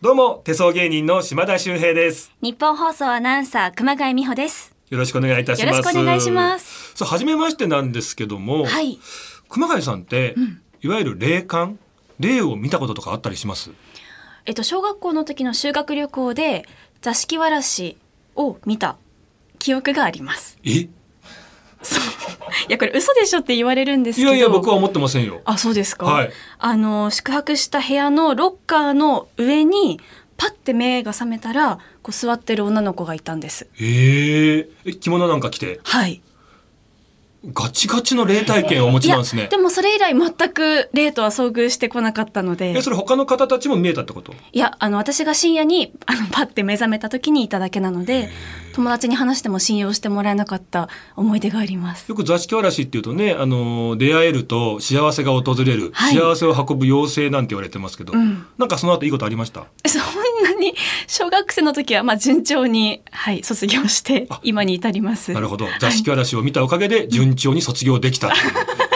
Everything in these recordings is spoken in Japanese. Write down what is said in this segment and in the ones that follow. どうも、手相芸人の島田秀平です。日本放送アナウンサー熊谷美穂です。よろしくお願いいたします。よろしくお願いします。さあ、初めましてなんですけども、はい。熊谷さんって、いわゆる霊感、霊を見たこととかあったりします。えっと小学校の時の修学旅行で座敷わらしを見た記憶があります。え、いやこれ嘘でしょって言われるんですいけど。やいや、僕は思ってませんよ。あそうですか。はいあの宿泊した部屋のロッカーの上にパッて目が覚めたらこう座ってる女の子がいたんです。えええ着物なんか着て、はい。ガチガチの霊体験をお持ちなんですいやねで。もそれ以来全く霊とは遭遇してこなかったのでえ、それ他の方たちも見えたってこと。いやあの私が深夜にあのパッて目覚めた時にいただけなので友達に話しても信用してもらえなかった思い出があります。よく座敷わらしっていうとね、あのー出会えると幸せが訪れる、はい幸せを運ぶ妖精なんて言われてますけど、うんなんかその後いいことありました。そんなに小学生の時はまあ順調に、はい、卒業してあ今に至ります。なるほど、座敷わらしを見たおかげで順調に卒業できたっていう。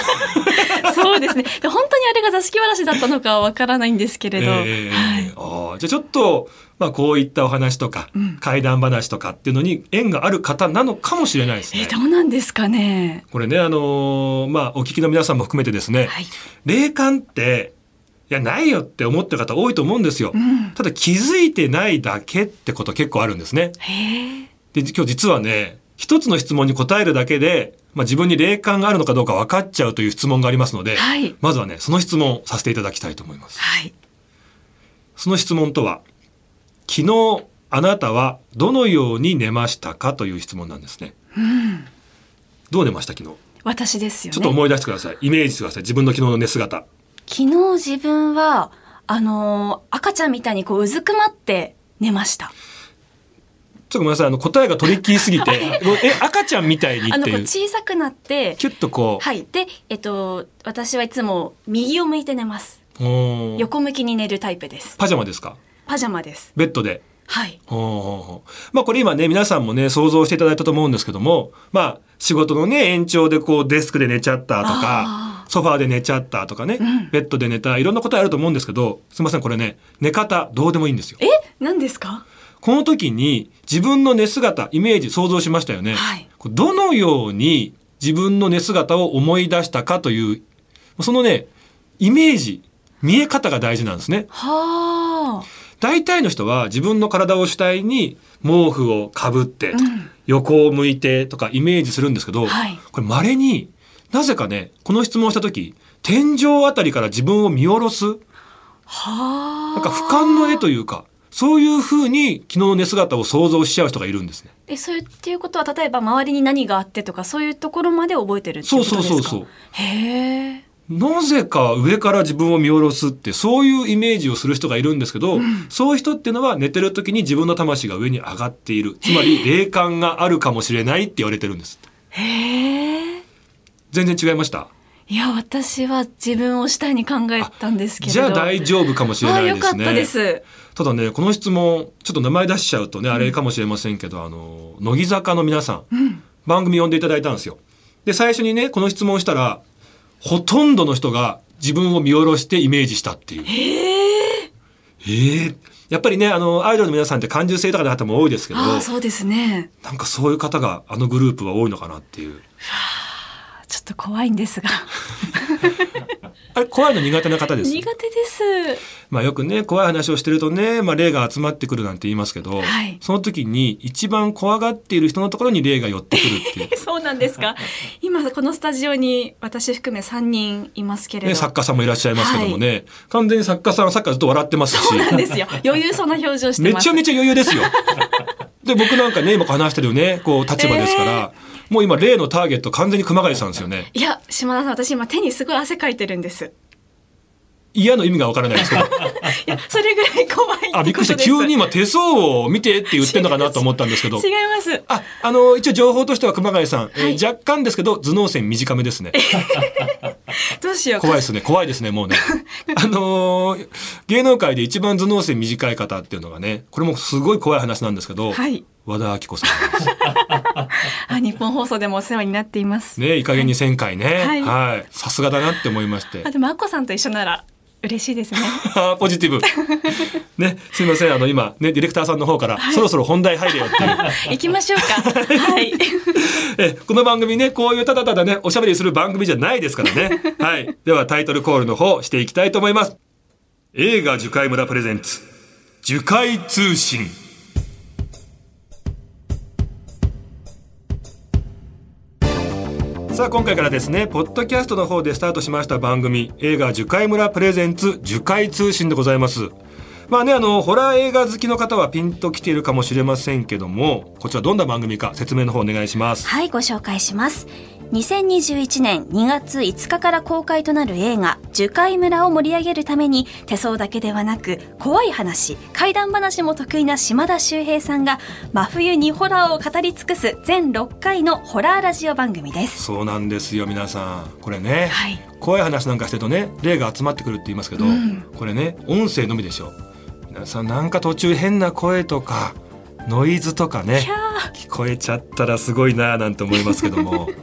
そうですね。で本当にあれが座敷わらしだったのかはわからないんですけれど、えーはい、あーじゃあちょっと、まあ、こういったお話とか、うん怪談話とかっていうのに縁がある方なのかもしれないですえね。どうなんですかね。これね、あのーまあ、お聞きの皆さんも含めてですね、はい。霊感って、いや、ないよって思ってる方多いと思うんですよ。うん。ただ気づいてないだけってこと結構あるんですね。へえ。で、今日実はね、一つの質問に答えるだけで、まあ、自分に霊感があるのかどうか分かっちゃうという質問がありますので、はいまずはね、その質問をさせていただきたいと思います。はい。その質問とは、昨日あなたはどのように寝ましたかという質問なんですね。うん。どう寝ました昨日。私ですよね。ちょっと思い出してください。イメージしてください。自分の昨日の寝姿。昨日自分はあのー赤ちゃんみたいにこううずくまって寝ました。ちょっとごめんなさい。あの答えがトリッキーすぎて、 え、赤ちゃんみたいにあっのてこういう。小さくなって、キュッとこう、はい。で、えっと私はいつも右を向いて寝ます。おー横向きに寝るタイプです。パジャマですかパジャマです。ベッドで。はい。ほうほうほうまあこれ今ね、皆さんもね、想像していただいたと思うんですけども、まあ仕事のね、延長でこうデスクで寝ちゃったとかあ、ソファーで寝ちゃったとかね、うんベッドで寝た、いろんなことあると思うんですけど、すいません、これね、寝方どうでもいいんですよ。え、何ですか？この時に自分の寝姿、イメージ、想像しましたよね。はいこうどのように自分の寝姿を思い出したかという、そのね、イメージ、見え方が大事なんですね。はあ。大体の人は自分の体を主体に毛布をかぶって、うん横を向いてとかイメージするんですけど、はいこれ稀になぜかねこの質問をした時天井あたりから自分を見下ろすはあ。なんか俯瞰の絵というかそういう風に昨日の寝姿を想像しちゃう人がいるんですね。え、そういうっていうことは例えば周りに何があってとかそういうところまで覚えてるっていうことですか？そうそうそうそう。へえ。なぜか上から自分を見下ろすってそういうイメージをする人がいるんですけど、そういう人っていうのは寝てる時に自分の魂が上に上がっているつまり霊感があるかもしれないって言われてるんですへえ。全然違いましたいや私は自分を主体に考えたんですけれどじゃあ大丈夫かもしれあなあいですよねかったですただねこの質問ちょっと名前出しちゃうとね、あれかもしれませんけどあの乃木坂の皆さん、番組呼んでいただいたんですよで最初にねこの質問したらほとんどの人が自分を見下ろしてイメージしたっていうええーやっぱりねあのアイドルの皆さんって感受性とかの方も多いですけどああそうですねなんかそういう方があのグループは多いのかなっていうちょっと怖いんですがあれ怖いの苦手な方です苦手ですまあよくね、怖い話をしてるとね、まあ霊が集まってくるなんて言いますけど、はいその時に一番怖がっている人のところに霊が寄ってくるっていう。 そうなんで すか今このスタジオに私含め3人いますけれど、ね、作家さんもいらっしゃいますけどもね、完全に作家さんは作家ずっと笑ってますし、そうな んですよ余裕そうな表情してめますちゃめちゃ余裕 ですよ。で、僕なんかね、今話してるね、こう立場ですから、もう今霊のターゲット完全に熊谷さんですよね。いや島田さん私今手にすごい汗かいてるんです嫌の意味がわからないですけど。いやそれぐらい怖いってことですあ、びっくりした。急に今手相を見てって言ってるのかなと思ったんですけ違いど。ますあ、あの、一応情報としては熊谷さん、えーはい若干ですけど、頭脳線短めですね。どうしよう怖いですね。怖いですね、もうね。 あのー芸能界で一番頭脳線短い方っていうのがね、これもすごい怖い話なんですけど、はい和田アキ子さんなんであ日本放送でもお世話になっています すね。いい加減に1000回ね。は。はいいさすがだなって思いましてあ。でもアッコさんと一緒なら嬉しい ですね。あー ポジティブ。ね、すいません。あの、今、ね、ディレクターさんの方から、そろそろ本題入れよっていう。行きましょ うか。はい。え、この番組ね、こういうただただね、おしゃべりする番組じゃないですからね。はい。では、タイトルコールの方、していきたいと思います。映画樹海村プレゼンツ、樹海通信。さあ今回からですねポッドキャストの方でスタートしました番組映画「樹海村プレゼンツ樹海通信」でございますまあねあのホラー映画好きの方はピンときているかもしれませんけどもこちらどんな番組か説明の方お願いしますはい、ご紹介します。2021年2月5日から公開となる映画「樹海村」を盛り上げるために手相だけではなく怖い話怪談話も得意な島田秀平さんが真冬にホラーを語り尽くす全6回のホラーラジオ番組です。そうなんですよ皆さんこれね、はい怖い話なんかしてるとね霊が集まってくるって言いますけど、これね音声のみでしょ皆さんなんか途中変な声とかノイズとかねキャー聞こえちゃったらすごいなぁなんて思いますけども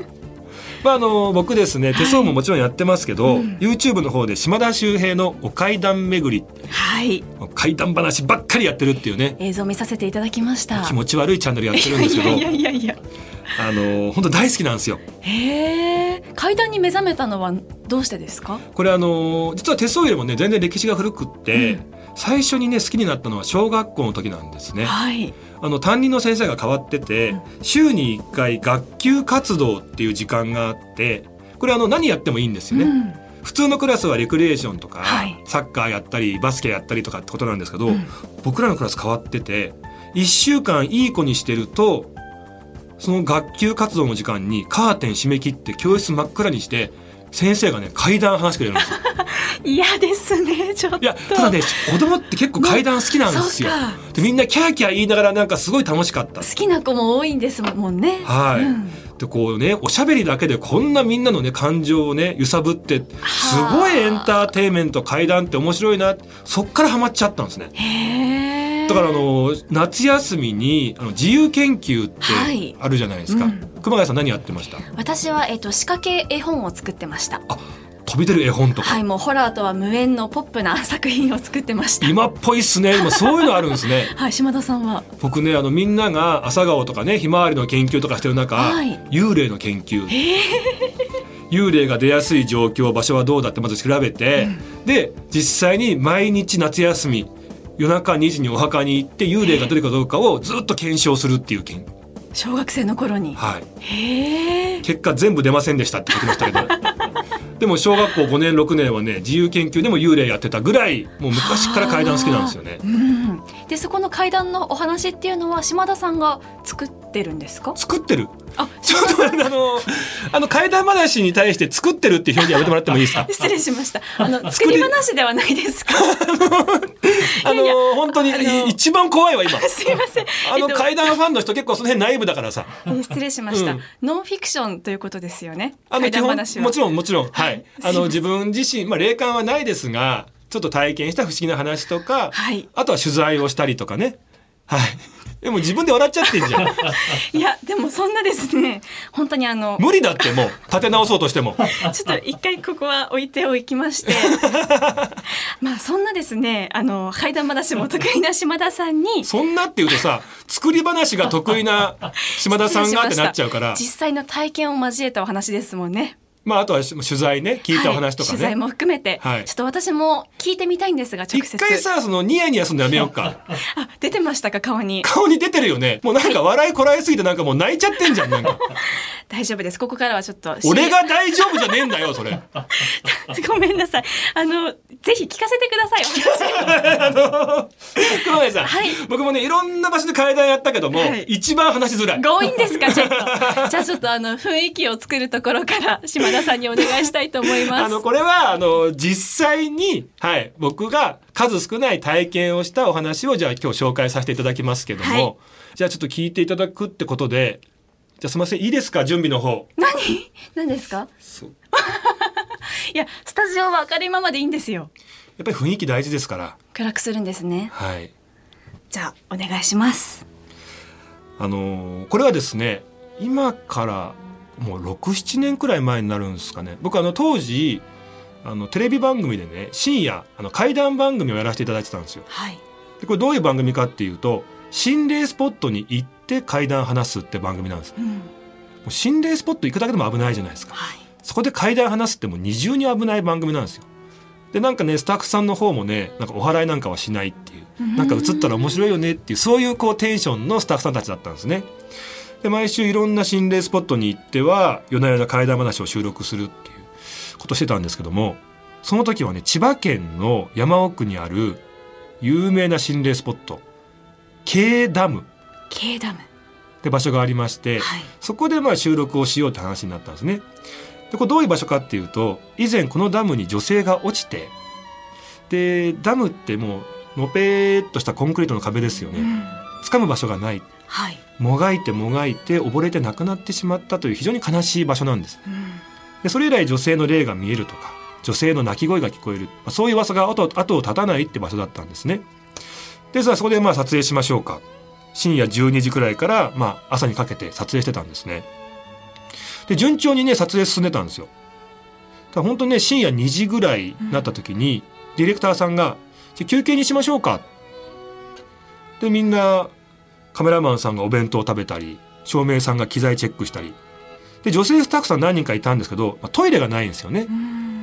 まああの僕ですね手相ももちろんやってますけど、YouTube の方で島田秀平の「お階段巡りはい。」怪談話ばっかりやってるっていうね映像見させていただきました。気持ち悪いチャンネルやってるんです けどいやいやいやいや。あの本当大好きなんですよ。 へえ。階段に目覚めたのはどうしてですか？これあの実は手相よりもね全然歴史が古くって、最初にね好きになったのは小学校の時なんですね。はい。あの担任の先生が変わってて、週に1回学級活動っていう時間があってこれあの何やってもいいんですよね。うん。普通のクラスはレクリエーションとか、はいサッカーやったりバスケやったりとかってことなんですけど、うん僕らのクラス変わってて1週間いい子にしてるとその学級活動の時間にカーテン締め切って教室真っ暗にして先生がね階段話してくれるんですよ。嫌ですね。ちょっと。いやただね子供って結構階段好きなんですよそうか。でみんなキャーキャー言いながらなんかすごい楽しかった好。きな子も多いんですもんね。はい、うんでこうねおしゃべりだけでこんなみんなのね感情をね揺さぶってすごいエンターテインメント怪談って面白いなそっからハマっちゃったんですね。へえ。だからあの夏休みにあの自由研究ってはいあるじゃないですか、うん熊谷さん何やってました私は、えっと仕掛け絵本を作ってました。飛び出る絵本とか、はい、もうホラーとは無縁のポップな作品を作ってました。今っぽいっすね今そういうのあるんですねはい、島田さんは。僕ねあのみんなが朝顔とかねひまわりの研究とかしてる中、はい幽霊の研究、幽霊が出やすい状況場所はどうだってまず調べて、で実際に毎日夏休み夜中2時にお墓に行って幽霊が出るかどうかをずっと検証するっていう研究、小学生の頃に。はい、へえ。結果全部出ませんでしたって書きましたけど でも小学校5年6年はね自由研究でも幽霊やってたぐらいもう昔から怪談好きなんですよねうん。で、そこの階段のお話っていうのは島田さんが作ってるんですか。作ってるあ、ちょっと待ってあのあの怪談話に対して作ってるっていう表現やめてもらってもいいで すか失礼し ました。あの 作り話ではないですか。あのいやい本当に、あの一番怖いわ 今すいません。あのえっと怪談ファンの人結構その辺内部だからさえー失礼しました、うんノンフィクションということですよね。あの怪基談本話は。もちろんもちろんはい、あすいませんの自分自身まあ霊感はないですがちょっと体験した不思議な話とか、はいあとは取材をしたりとかねはいでも自分で笑っちゃってん じゃんいや、でもそんなですね。本当にあの、無理だってもう立て直そうとしてもちょっと一回ここは置いておき まして。まあ、そんなですね、あの、怪談話も得意な島田さんに。 そんなって言うとさ作り話が得意な島田さんがってなっちゃう から実際の体験を交えたお話ですもんね。まああとは取材ね聞いたお話とかはい取材ね、も含めて、はいちょっと私も聞いてみたいんですが、直接。一回さそのニヤニヤするのやめようか あ、出てましたか、顔に。顔に出てるよねもうなんか笑いこらえすぎてなんかもう泣いちゃってんじゃんなん か大丈夫です。ここからはちょっと。俺が大丈夫じゃねえんだよそれ ごめんなさい。あの、ぜひ聞かせてください。 お話。熊谷さん、はい僕もねいろんな場所で階段やったけども、はい一番話しづらい強引ですかちょっと。じゃあちょっとあの雰囲気を作るところから島田さんにお願いしたいと思いまあす。のこれはあの実際に、はい、僕が数少ない体験をしたお話をじゃあ今日紹介させていただきますけども、はいじゃあちょっと聞いていただくってことでじゃあすみませんいいですか準備の方何何ですかそういや、スタジオは明るいままでいいんですよ。やっぱり雰囲気大事ですから暗くするんですね。はいじゃあお願いします。あのーこれはですね今からもう67年くらい前になるんですかね僕あの当時あのテレビ番組でね深夜あの怪談番組をやらせていただいてたんですよ。はい。でこれどういう番組かっていうと心霊スポットに行って怪談話すって番組なんです。もうん。う心霊スポット行くだけでも危ないじゃないですか。はい。そこで怪談話すってもう二重に危ない番組なんですよ。でなんかねスタッフさんの方もねなんかお祓いなんかはしないっていうなんか映ったら面白いよねっていうそういうこうテンションのスタッフさんたちだったんですね。で毎週いろんな心霊スポットに行っては夜な夜な怪談話を収録するっていうことをしてたんですけどもその時はね千葉県の山奥にある有名な心霊スポット K ダム K ダム。って場所がありまして、はいそこでまあ収録をしようって話になったんですね。でこれどういう場所かっていうと以前このダムに女性が落ちてでダムってもうのぺーっとしたコンクリートの壁ですようね。ん。掴む場所がないはい。もがいてもがいて溺れて亡くなってしまったという非常に悲しい場所なんです。うん。でそれ以来女性の霊が見えるとか女性の泣き声が聞こえる、まあ、そういう噂が後後を絶たないって場所だったんですねでさあそこでまあ撮影しましょうか深夜12時くらいからまあ朝にかけて撮影してたんですねで順調にね撮影進んでたんですよただ本当にね深夜2時ぐらいになった時に、ディレクターさんが「じゃあ休憩にしましょうか」でみんなカメラマンさんがお弁当を食べたり照明さんが機材チェックしたりで女性スタッフさん何人かいたんですけど、まあトイレがないんですよね、だか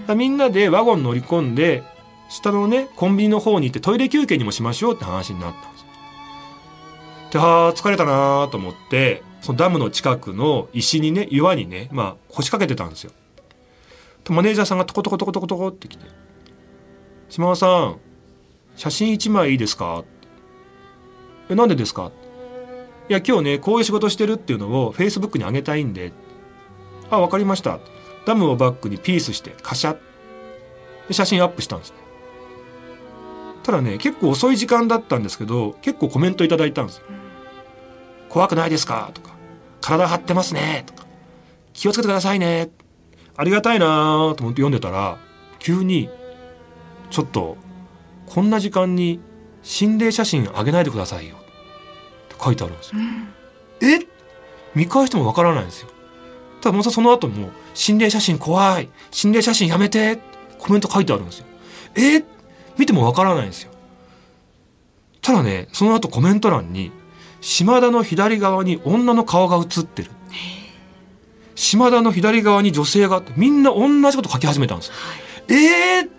らみんなでワゴン乗り込んで下のねコンビニの方に行ってトイレ休憩にもしましょうって話になったんですよであー疲れたなーと思ってそのダムの近くの石にね岩にねまあ腰掛けてたんですよでマネージャーさんがトコトコトコトコトコって来て「島尾さん写真1枚いいですか?」えなんでですか?」いや今日ねこういう仕事してるっていうのを Facebook に上げたいんで」あ、わかりました。ダムをバックにピースして、カシャッ。で、写真アップしたんですね。ただね、結構遅い時間だったんですけど、結構コメントいただいたんですよ。怖くないですかとか、体張ってますねとか、気をつけてくださいねありがたいなーと思って読んでたら、急に、ちょっと、こんな時間に心霊写真あげないでくださいよ。って書いてあるんですよ。え見返してもわからないんですよ。ただ、もさその後も、心霊写真怖い心霊写真やめてコメント書いてあるんですよ。えー見てもわからないんですよ。ただね、その後コメント欄に、島田の左側に女の顔が写ってる。島田の左側に女性があって、みんな同じこと書き始めたんですよ。えー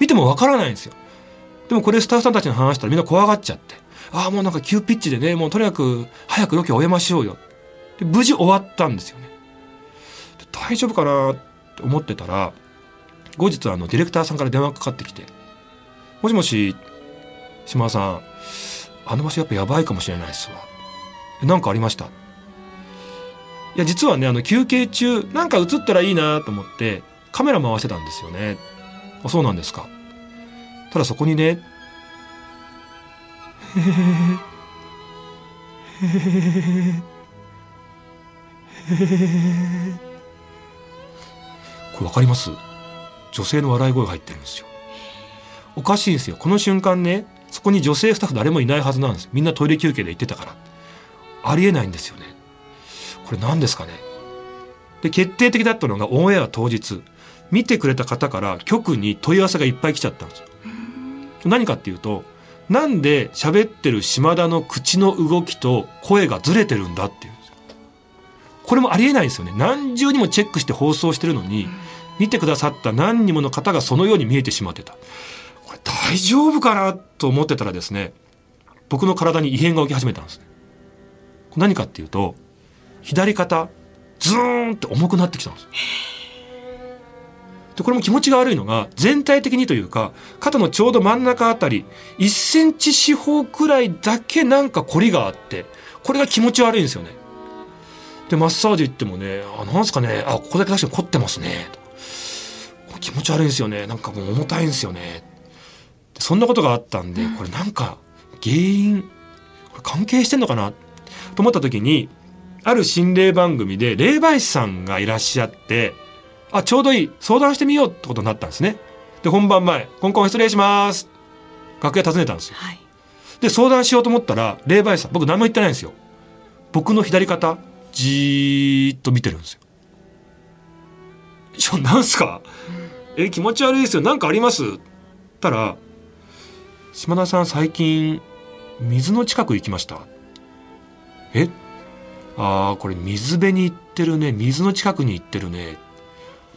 見てもわからないんですよ。でもこれスタッフさんたちに話したらみんな怖がっちゃって。ああ、もうなんか急ピッチでね、もうとにかく早くロケ終えましょうよ。で無事終わったんですよね。で大丈夫かなって思ってたら、後日あのディレクターさんから電話がかかってきて、もしもし、島田さん、あの場所やっぱやばいかもしれないっすわ。えなんかありましたいや、実はね、あの休憩中、なんか映ったらいいなと思って、カメラ回してたんですよね。あ、そうなんですか。ただそこにね、へへへへへへへへへこれわかります女性の笑い声が入ってるんですよ。おかしいんですよ。この瞬間ね、そこに女性スタッフ誰もいないはずなんです。みんなトイレ休憩で行ってたから。ありえないんですよね。これ何ですかねで、決定的だったのがオンエア当日。見てくれた方から局に問い合わせがいっぱい来ちゃったんですよ。何かっていうと、なんで喋ってる島田の口の動きと声がずれてるんだっていうんですよ。これもありえないですよね。何重にもチェックして放送してるのに、見てくださった何人もの方がそのように見えてしまってた。これ大丈夫かなと思ってたらですね、僕の体に異変が起き始めたんですね。これ何かっていうと、左肩、ズーンって重くなってきたんです。でこれも気持ちが悪いのが全体的にというか肩のちょうど真ん中あたり1センチ四方くらいだけなんか凝りがあってこれが気持ち悪いんですよね。でマッサージ行ってもね「あなんすかねあここだけ確かに凝ってますね」とこれ気持ち悪いんですよねなんかもう重たいんですよね」でそんなことがあったんでこれなんか原因これ関係してんのかなと思った時にある心霊番組で霊媒師さんがいらっしゃって。あ、ちょうどいい。相談してみようってことになったんですね。で、本番前、コンコン失礼します。楽屋訪ねたんですよ。はい。で、相談しようと思ったら、霊媒師さん、僕何も言ってないんですよ。僕の左肩、じーっと見てるんですよ。ちょ、なんすかええ気持ち悪いですよなんかあります?」たら「島田さん最近水の近く行きました」えあーこれ水辺に行ってるね水の近くに行ってるね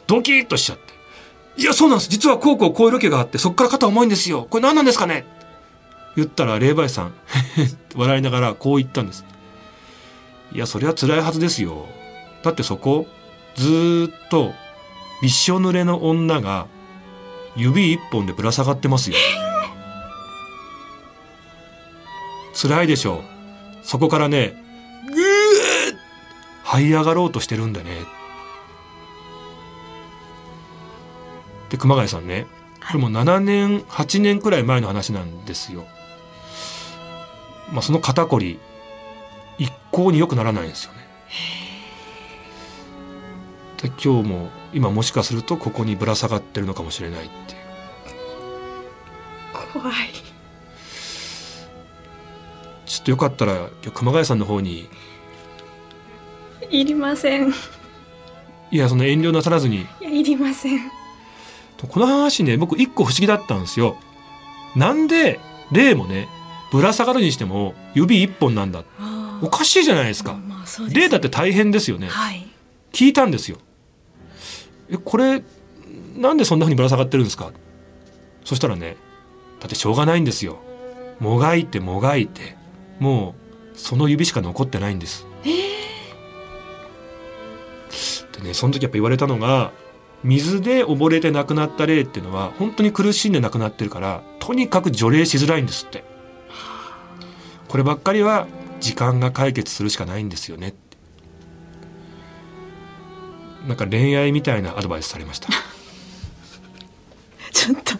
ドキッとしちゃって「いやそうなんです実はこうこうこういうロケがあってそっから肩重いんですよこれ何なんですかね?」言ったら霊媒師さん 笑いながらこう言ったんですいやそりゃ辛いはずですよだってそこずーっとびっしょ濡れの女が指一本でぶら下がってますよ辛いでしょうそこからねぐーっ這い上がろうとしてるんだねで熊谷さんねこれもう7年8年くらい前の話なんですよ、まあ、その肩こり一向に良くならないんですよねで今日も今もしかするとここにぶら下がってるのかもしれないっていう怖いちょっとよかったら今日熊谷さんの方にいりませんいいやその遠慮なさらずにやいりませんこの話ね僕一個不思議だったんですよなんで霊もねぶら下がるにしても指一本なんだあおかしいじゃないですあかまあそうです霊だって大変ですよねはい聞いたんですよえこれなんでそんな風にぶら下がってるんですかそしたらねだってしょうがないんですよもがいてもがいてもうその指しか残ってないんです、でねその時やっぱ言われたのが水で溺れて亡くなった霊っていうのは本当に苦しんで亡くなってるからとにかく除霊しづらいんですってこればっかりは時間が解決するしかないんですよねってなんか恋愛みたいなアドバイスされました ちょっと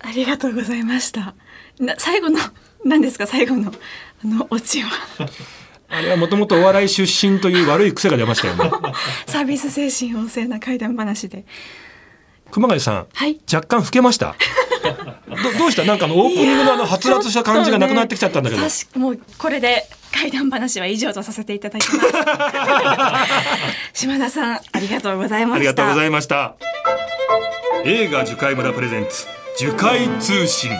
ありがとうございましたな最後の何ですか最後のあのオ チはあれはもともとお笑い出身という悪い癖が出ましたよね。 サービス精神旺盛な怪談話で熊谷さん、はい若干老けました。 どどうしたなんかあのオープニングのあのはつらつした感じがなくなってきちゃったんだけど。ちょっとね確かもうこれで怪談話は以上とさせていただきます 島田さんありがとうございましたありがとうございました。映画樹海村プレゼンツ樹海通信。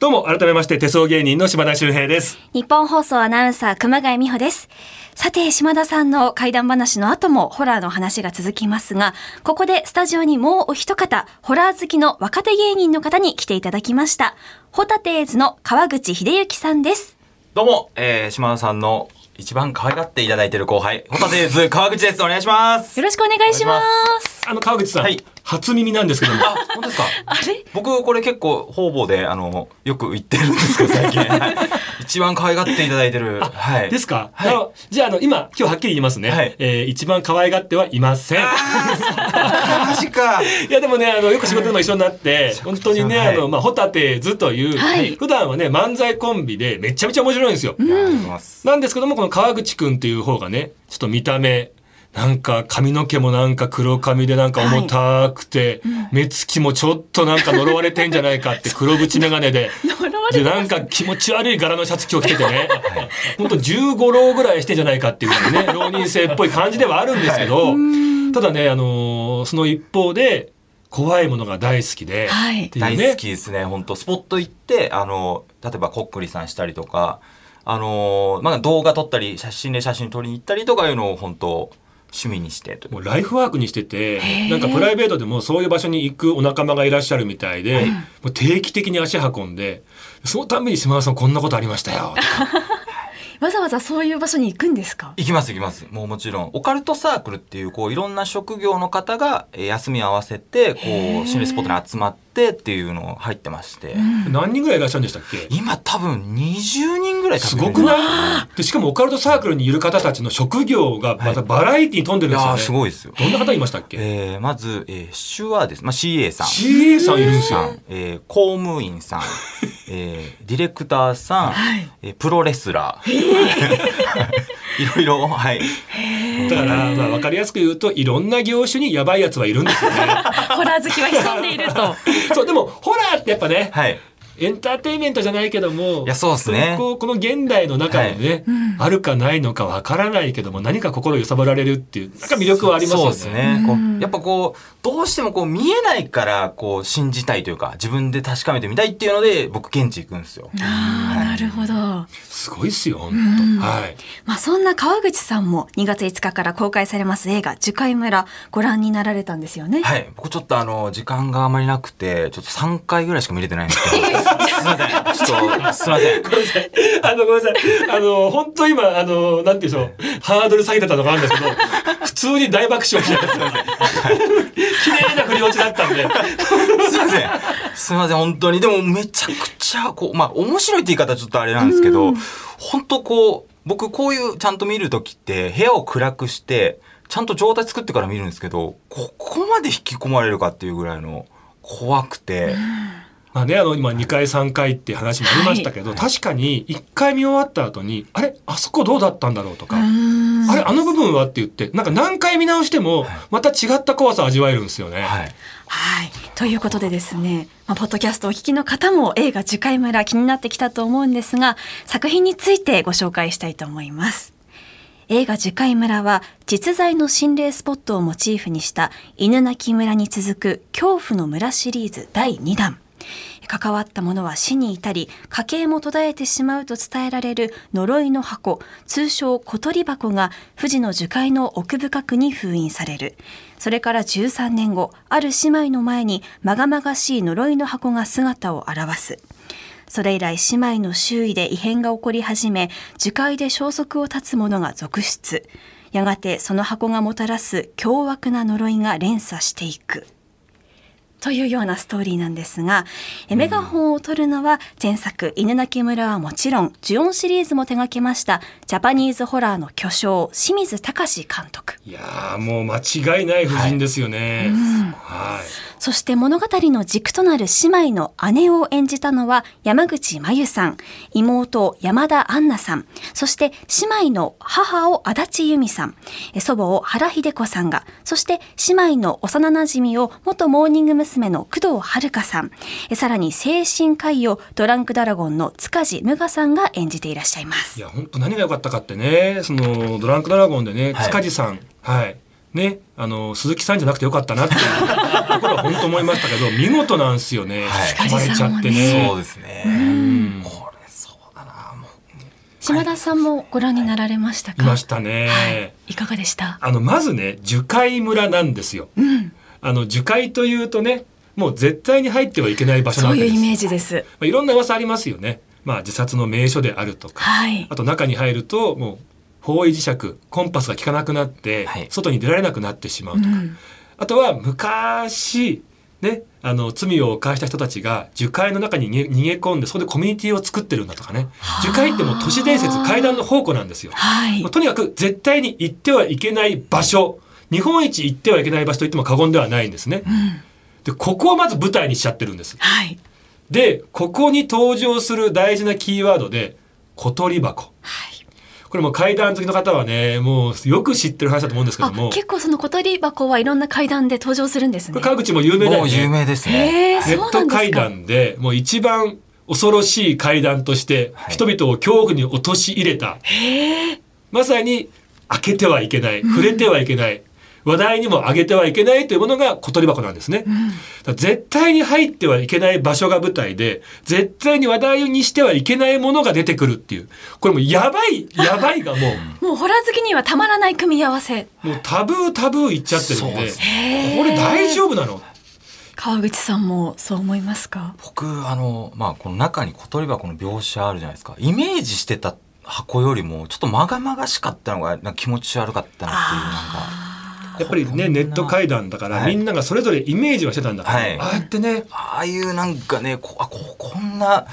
どうも改めまして手相芸人の島田秀平です。日本放送アナウンサー熊谷美穂です。さて、島田さんの怪談話の後もホラーの話が続きますが、ここでスタジオにもうお一方、ホラー好きの若手芸人の方に来ていただきました。ホタテーズの川口秀幸さんです。どうも、えー、島田さんの一番可愛がっていただいている後輩、ホタテ ーズ川口です。お願いします。よろしくお願いします。あの川口さん、はい初耳なんですけども。あ、本当 ですか。あれ僕これ結構方々であのよく言ってるんですけど 最近、はい一番可愛がっていただいてる。はい。ですか、はいあのじゃああの今今日はっきり言いますね、はいえー一番可愛がってはいませんあマジ か。いやでもねあのよく仕事でも一緒にな って本当にねはいあの、まあ、ホタテズという、はい普段はね漫才コンビでめちゃめちゃ面白いんですよ、いやありがとうございます。なんですけどもこの川口くんっていう方がねちょっと見た目なんか髪の毛もなんか黒髪でなんか重たくて、目つきもちょっとなんか呪われてんじゃないかって黒縁眼鏡で。呪われでてまなんか気持ち悪い柄のシャツ今日着ててね、ほんと15浪ぐらいしてんじゃないかっていうよう なね、浪人生っぽい感じではあるんですけど、ただね、あのーその一方で、怖いものが大好きで、はいっていう大ね好きですね本当スポット行ってあの例えばこっくりさんしたりとかあのまあ動画撮ったり写真で写真撮りに行ったりとかいうのを本当趣味にしてというもうライフワークにしてて、なんかプライベートでもそういう場所に行くお仲間がいらっしゃるみたいで、もう定期的に足運んで、そのために島田さんこんなことありました よ。わざわざそういう場所に行くんです か行きます行きます。もうもちろん。オカルトサークルっていう、こう、いろんな職業の方が、えー休み合わせて、こう、心理スポットに集まってっていうのを入ってまして。何人ぐらいいらっしゃるんでしたっけ今多分20人ぐらい多す分ごくないでしかもオカルトサークルにいる方たちの職業がまたバラエティに富んでいるんですよやーね。すごいですよ。どんな方いましたっけえー、まず、えー、手話です。まあ、CA さん。 ?CA さんいるんですさよ。ん、えー公務員 さん、えーディレクターさん、はいえープロレスラー。 いろいろ、はい。だから、まあ、わかりやすく言うと、いろんな業種にやば いやつはいるんですよね。ホラー好きは潜んでいるとそう、でも、ホラーってやっぱね、はい。エンターテインメントじゃないけどもいやそうですねこうこの現代の中でね、あるかないのかわからないけども何か心揺さぶられるっていうなんか魅力はありますよね。そうですね。こうやっぱこう、どうしてもこう見えないから、こう信じたいというか、自分で確かめてみたいっていうので、僕現地行くんですよ。ああ、なるほど。すごいっすよ、本当。はい。まあそんな川口さんも2月5日から公開されます映画「樹海村」ご覧になられたんですよね。はい。僕ちょっとあの、時間があまりなくて、ちょっと3回ぐらいしか見れてないんですけど。すいません。ちょっと、すいません。あの、ごめんなさい。あの、本当今、あの、なんて言うんでしょう、ハードル下げてたのがあるんですけど、普通に大爆笑しちゃいま した綺麗な振り落ちだったんで。 すいません。すいません、本当に。でも、めちゃくちゃ、こう、まあ、面白いって言い方はちょっとあれなんですけど、本当こう、僕、こういう、ちゃんと見るときって、部屋を暗くして、ちゃんと状態作ってから見るんですけど、ここまで引き込まれるかっていうぐらいの、怖くて、まあね、あの、今2回3回って話もありましたけど、確かに1回見終わった後に、あれあそこどうだったんだろうとか、あれあの部分はって言って、なんか何回見直しても、また違った怖さを味わえるんですよね。はい。はい。ということでですね、まあ、ポッドキャストをお聞きの方も映画「樹海村」気になってきたと思うんですが作品についてご紹介したいと思います。映画「樹海村」は実在の心霊スポットをモチーフにした犬鳴村に続く恐怖の村シリーズ第2弾。関わった者は死に至り家計も途絶えてしまうと伝えられる呪いの箱通称小鳥箱が富士の樹海の奥深くに封印されるそれから13年後ある姉妹の前にまがまがしい呪いの箱が姿を現すそれ以来姉妹の周囲で異変が起こり始め樹海で消息を絶つ者が続出やがてその箱がもたらす凶悪な呪いが連鎖していくというようなストーリーなんですが、えメガホンを取るのは前作「犬鳴村」はもちろんジュオンシリーズも手掛けましたジャパニーズホラーの巨匠清水隆監督いやー、もう間違いない夫人ですよね。はい。そして物語の軸となる姉妹の姉を演じたのは山口真由さん、妹山田杏奈さん、そして姉妹の母を足立由美さん、え祖母を原秀子さんが、そして姉妹の幼馴染を元モーニング娘。の工藤遥さん、えさらに精神科医をドランクドラゴンの塚地無我さんが演じていらっしゃいますい。や本当何が良かったかってねそのドランクドラゴンでねはい塚地さんはい、ねあの鈴木さんじゃなくてよかったなっていう ところは本当思いましたけど見事なんですよね、はい引き込まれちゃってそうねですね。これ、そうだな、もう。島田さんもご覧になられましたか、いましたね、いかがでしたあのまずね樹海村なんですよ、あの樹海というとねもう絶対に入ってはいけない場所なそわうけいうですイメージですまあ、いろんな噂ありますよね、まあ、自殺の名所であるとか、はいあと中に入るともう方位磁石コンパスが効かなくなって、はい外に出られなくなってしまうとか、あとは昔ねあの罪を犯した人たちが樹海の中に逃げ逃げ込んでそこでコミュニティを作ってるんだとかね樹海ってもう都市伝説階段の宝庫なんですよ。はいもうとにかく絶対に行ってはいけない場所日本一行ってはいけない場所と言っても過言ではないんですね。でここをまず舞台にしちゃってるんです。はいでここに登場する大事なキーワードで小鳥箱、これもう階段好きの方はねもうよく知ってる話だと思うんですけあども結構その小鳥箱はいろんな階段で登場するんですこれね川口も有名だもよう有ね名ですね。へえネそッうなトんです階か段でもう一番恐ろしい階段としてはい人々を恐怖に陥れた、まさに開けてはいけない触れてはいけない、話題にも上げてはいけないというものが小鳥箱なんですね、だから絶対に入ってはいけない場所が舞台で絶対に話題にしてはいけないものが出てくるっていうこれもうやばいやばいがももうホラー好きにはたまらない組み合わせうもうタブータブーいっちゃってるんでそうですこれ大丈夫なの川口さんもそう思いますか僕、あの、まあ、この中に小鳥箱の描写あるじゃないですか。イメージしてた箱よりも、ちょっとまがまがしかったのが、なんか気持ち悪かったなっていう、なんか。やっぱりこんなねネット階段だから、はいみんながそれぞれイメージはしてたんだから、はいああやってねああいうなんかね、こあここんな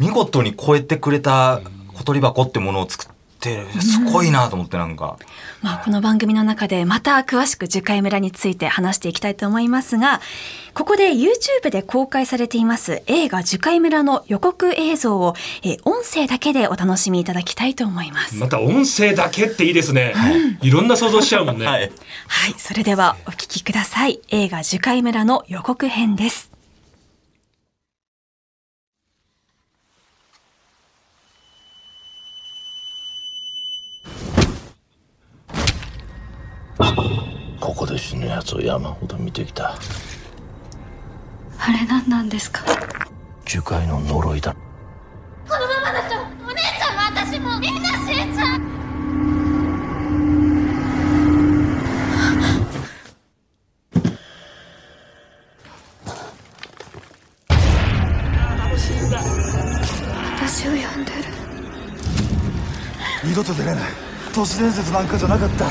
見事に超えてくれた小鳥箱ってものを作ってる、すごいなと思ってなんか。まあ、この番組の中でまた詳しく樹海村について話していきたいと思いますが、ここで YouTube で公開されています映画樹海村の予告映像を、えー音声だけでお楽しみいただきたいと思います。また音声だけっていいですね、い、ろんな想像しちゃうもんね、はい。はい、それではお聞きください。映画樹海村の予告編です。ここで死ぬやつを山ほど見てきたあれ何なんですか樹海の呪いだお姉ちゃんも私もみんな死んじゃう私を呼んでる二度と出れない都市伝説なんかじゃなかった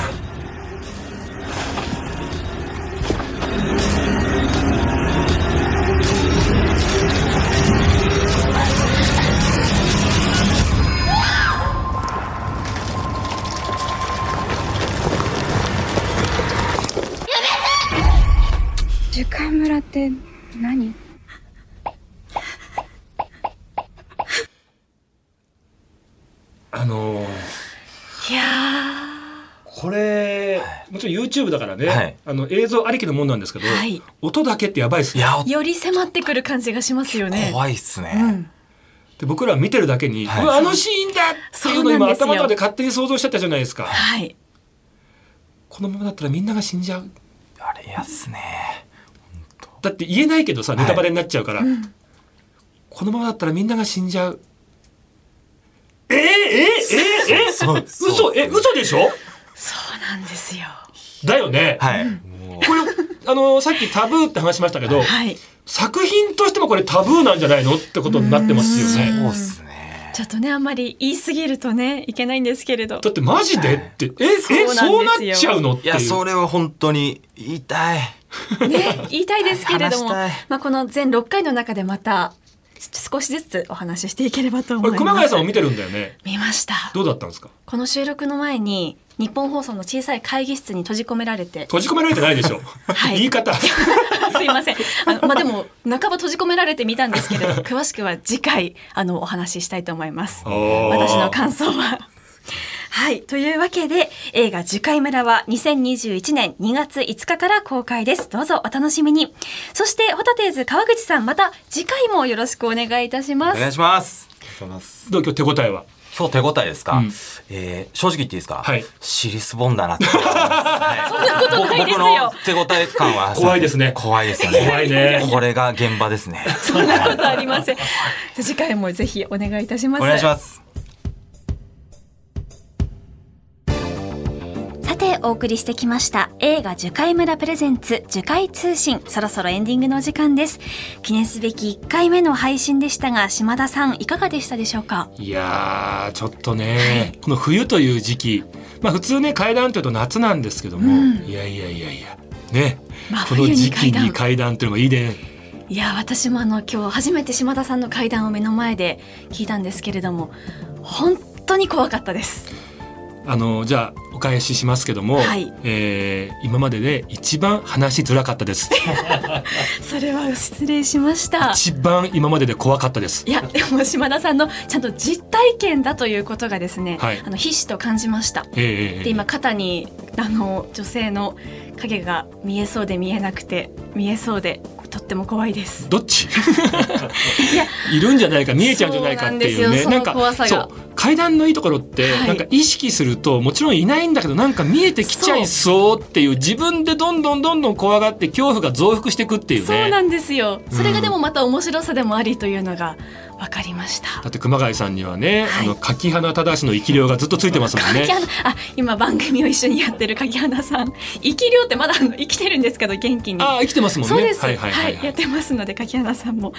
樹海村って何あのーいやこれ、もちろん YouTube だからね、はいあの映像ありきのもんなんですけど、はい音だけってやばいですいね。やーより迫ってくる感じがしますよね。怖いっすね、うん、で僕らは見てるだけに、はいうわあのシーンだっていうのをそうなん今ですよ頭の中で勝手に想像しちゃったじゃないですか。はい。このままだったらみんなが死んじゃう。あれやっすねだって言えないけどさ、はいネタバレになっちゃうから。このままだったらみんなが死んじゃう。えー、えー、えー、えー、そうそう嘘、え、嘘でしょそうなんですよ。だよね。はい、これ、あのーさっきタブーって話しましたけど、はい。作品としてもこれタブーなんじゃないのってことになってますよね。そうっすねちょっとね、あんまり言いすぎるとね、いけないんですけれど。だってマジでって、え、え、そそううななんでっすちよゃうのっいていう。やそれは本当に言いたいね、言いたいですけれども、話したいまあ、この全6回の中でまた、ち少しずつお話ししていければと思こいまれす。熊谷さんも見てるんだよね。見ました。どうだったんですかこの収録の前に、日本放送の小さい会議室に閉じ込められて、閉じ込められてないでしょ。はい言い方。 すいません。あの、まあ、でも、半ば閉じ込められてみたんですけれど、詳しくは次回、あの、お話ししたいと思います。私私の感想は。はい。というわけで、映画樹海村は2021年2月5日から公開です。どうぞお楽しみに。そして、ホタテーズ川口さん、また次回もよろしくお願いいたしおます。願いしますどう今日手応えは。今日手応えですか、うんえー正直言っていいですか、はいシリスボンだなって思 います、はい、そんなことないですよ僕の手応え感は怖いですね怖いですよね怖いねこれが現場 ですねそんなことありません。じゃあ次回もぜひお願いいたします。お願いしますさてお送りしてきました映画樹海村プレゼンツ樹海通信そろそろエンディングのお時間です記念すべき1回目の配信でしたが島田さんいかがでしたでしょうかいやー、ちょっとね、この冬という時期、まあ普通ね、階段というと夏なんですけども、いやいやいやいや、ね、まあこの冬に時階期段に階段というのもいいね。いや私もあの今日初めて島田さんの会談を目の前で聞いたんですけれども本当に怖かったですあのじゃあお返ししますけども、はいえー今までで一番話しづらかったです それは失礼しました一番今までで怖かったですいやでも島田さんのちゃんと実体験だということがですね、はいあのひしと感じましたえーえーえーで今肩にあの女性の影が見えそうで見えなくて見えそうでとっても怖いですどっち いるんじゃないか見えちゃうんじゃないかっていうねそうなんですよその怖さがそう階段のいいところって、はいなんか意識するともちろんいないんだけどなんか見えてきちゃいそうっていう自分でどんどんどんどん怖がって恐怖が増幅していくっていうそうなねんですよそれがでもまた面白さでもありというのが分かりました、だって熊谷さんにはね、はいあの柿花忠の生き量がずっとついてますもん柿ね花あ今番組を一緒にやってる鍵花さん生き量ってまだ あの生きてるんですけど元気に、ああ生きてますもんねそうですははいい、はいはい、はやっい、てますので鍵花さんも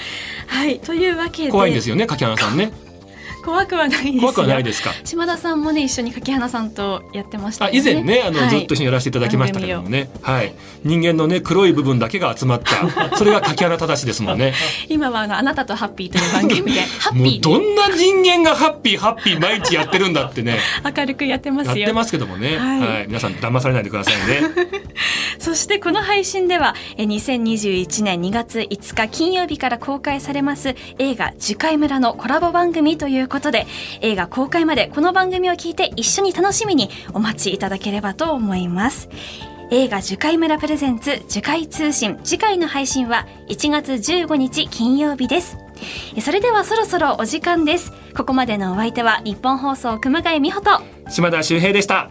はいというわけで怖いんですよね柿花さんね怖くはないですよ怖くはないですか島田さんもね一緒に柿花さんとやってましたあよ以前ねあの、はいずっと一緒にやらせていただきましたけどもね、はい、人間のね黒い部分だけが集まった それが柿原正ですもんね今はあのあなたとハッピーという番組でハッ もうピーどんな人間がハッピーハッピー毎日やってるんだってね明るくやってますやよってますけどもね、ははいい皆さん騙されないでくださいねそしてこの配信ではえー2021年2月5日金曜日から公開されます映画「樹海村」のコラボ番組ということで映画公開までこの番組を聞いて一緒に楽しみにお待ちいただければと思います映画「樹海村プレゼンツ樹海通信」次回の配信は1月15日金曜日ですえそれではそろそろお時間ですここまでのお相手は日本放送熊谷美穂と島田秀平でした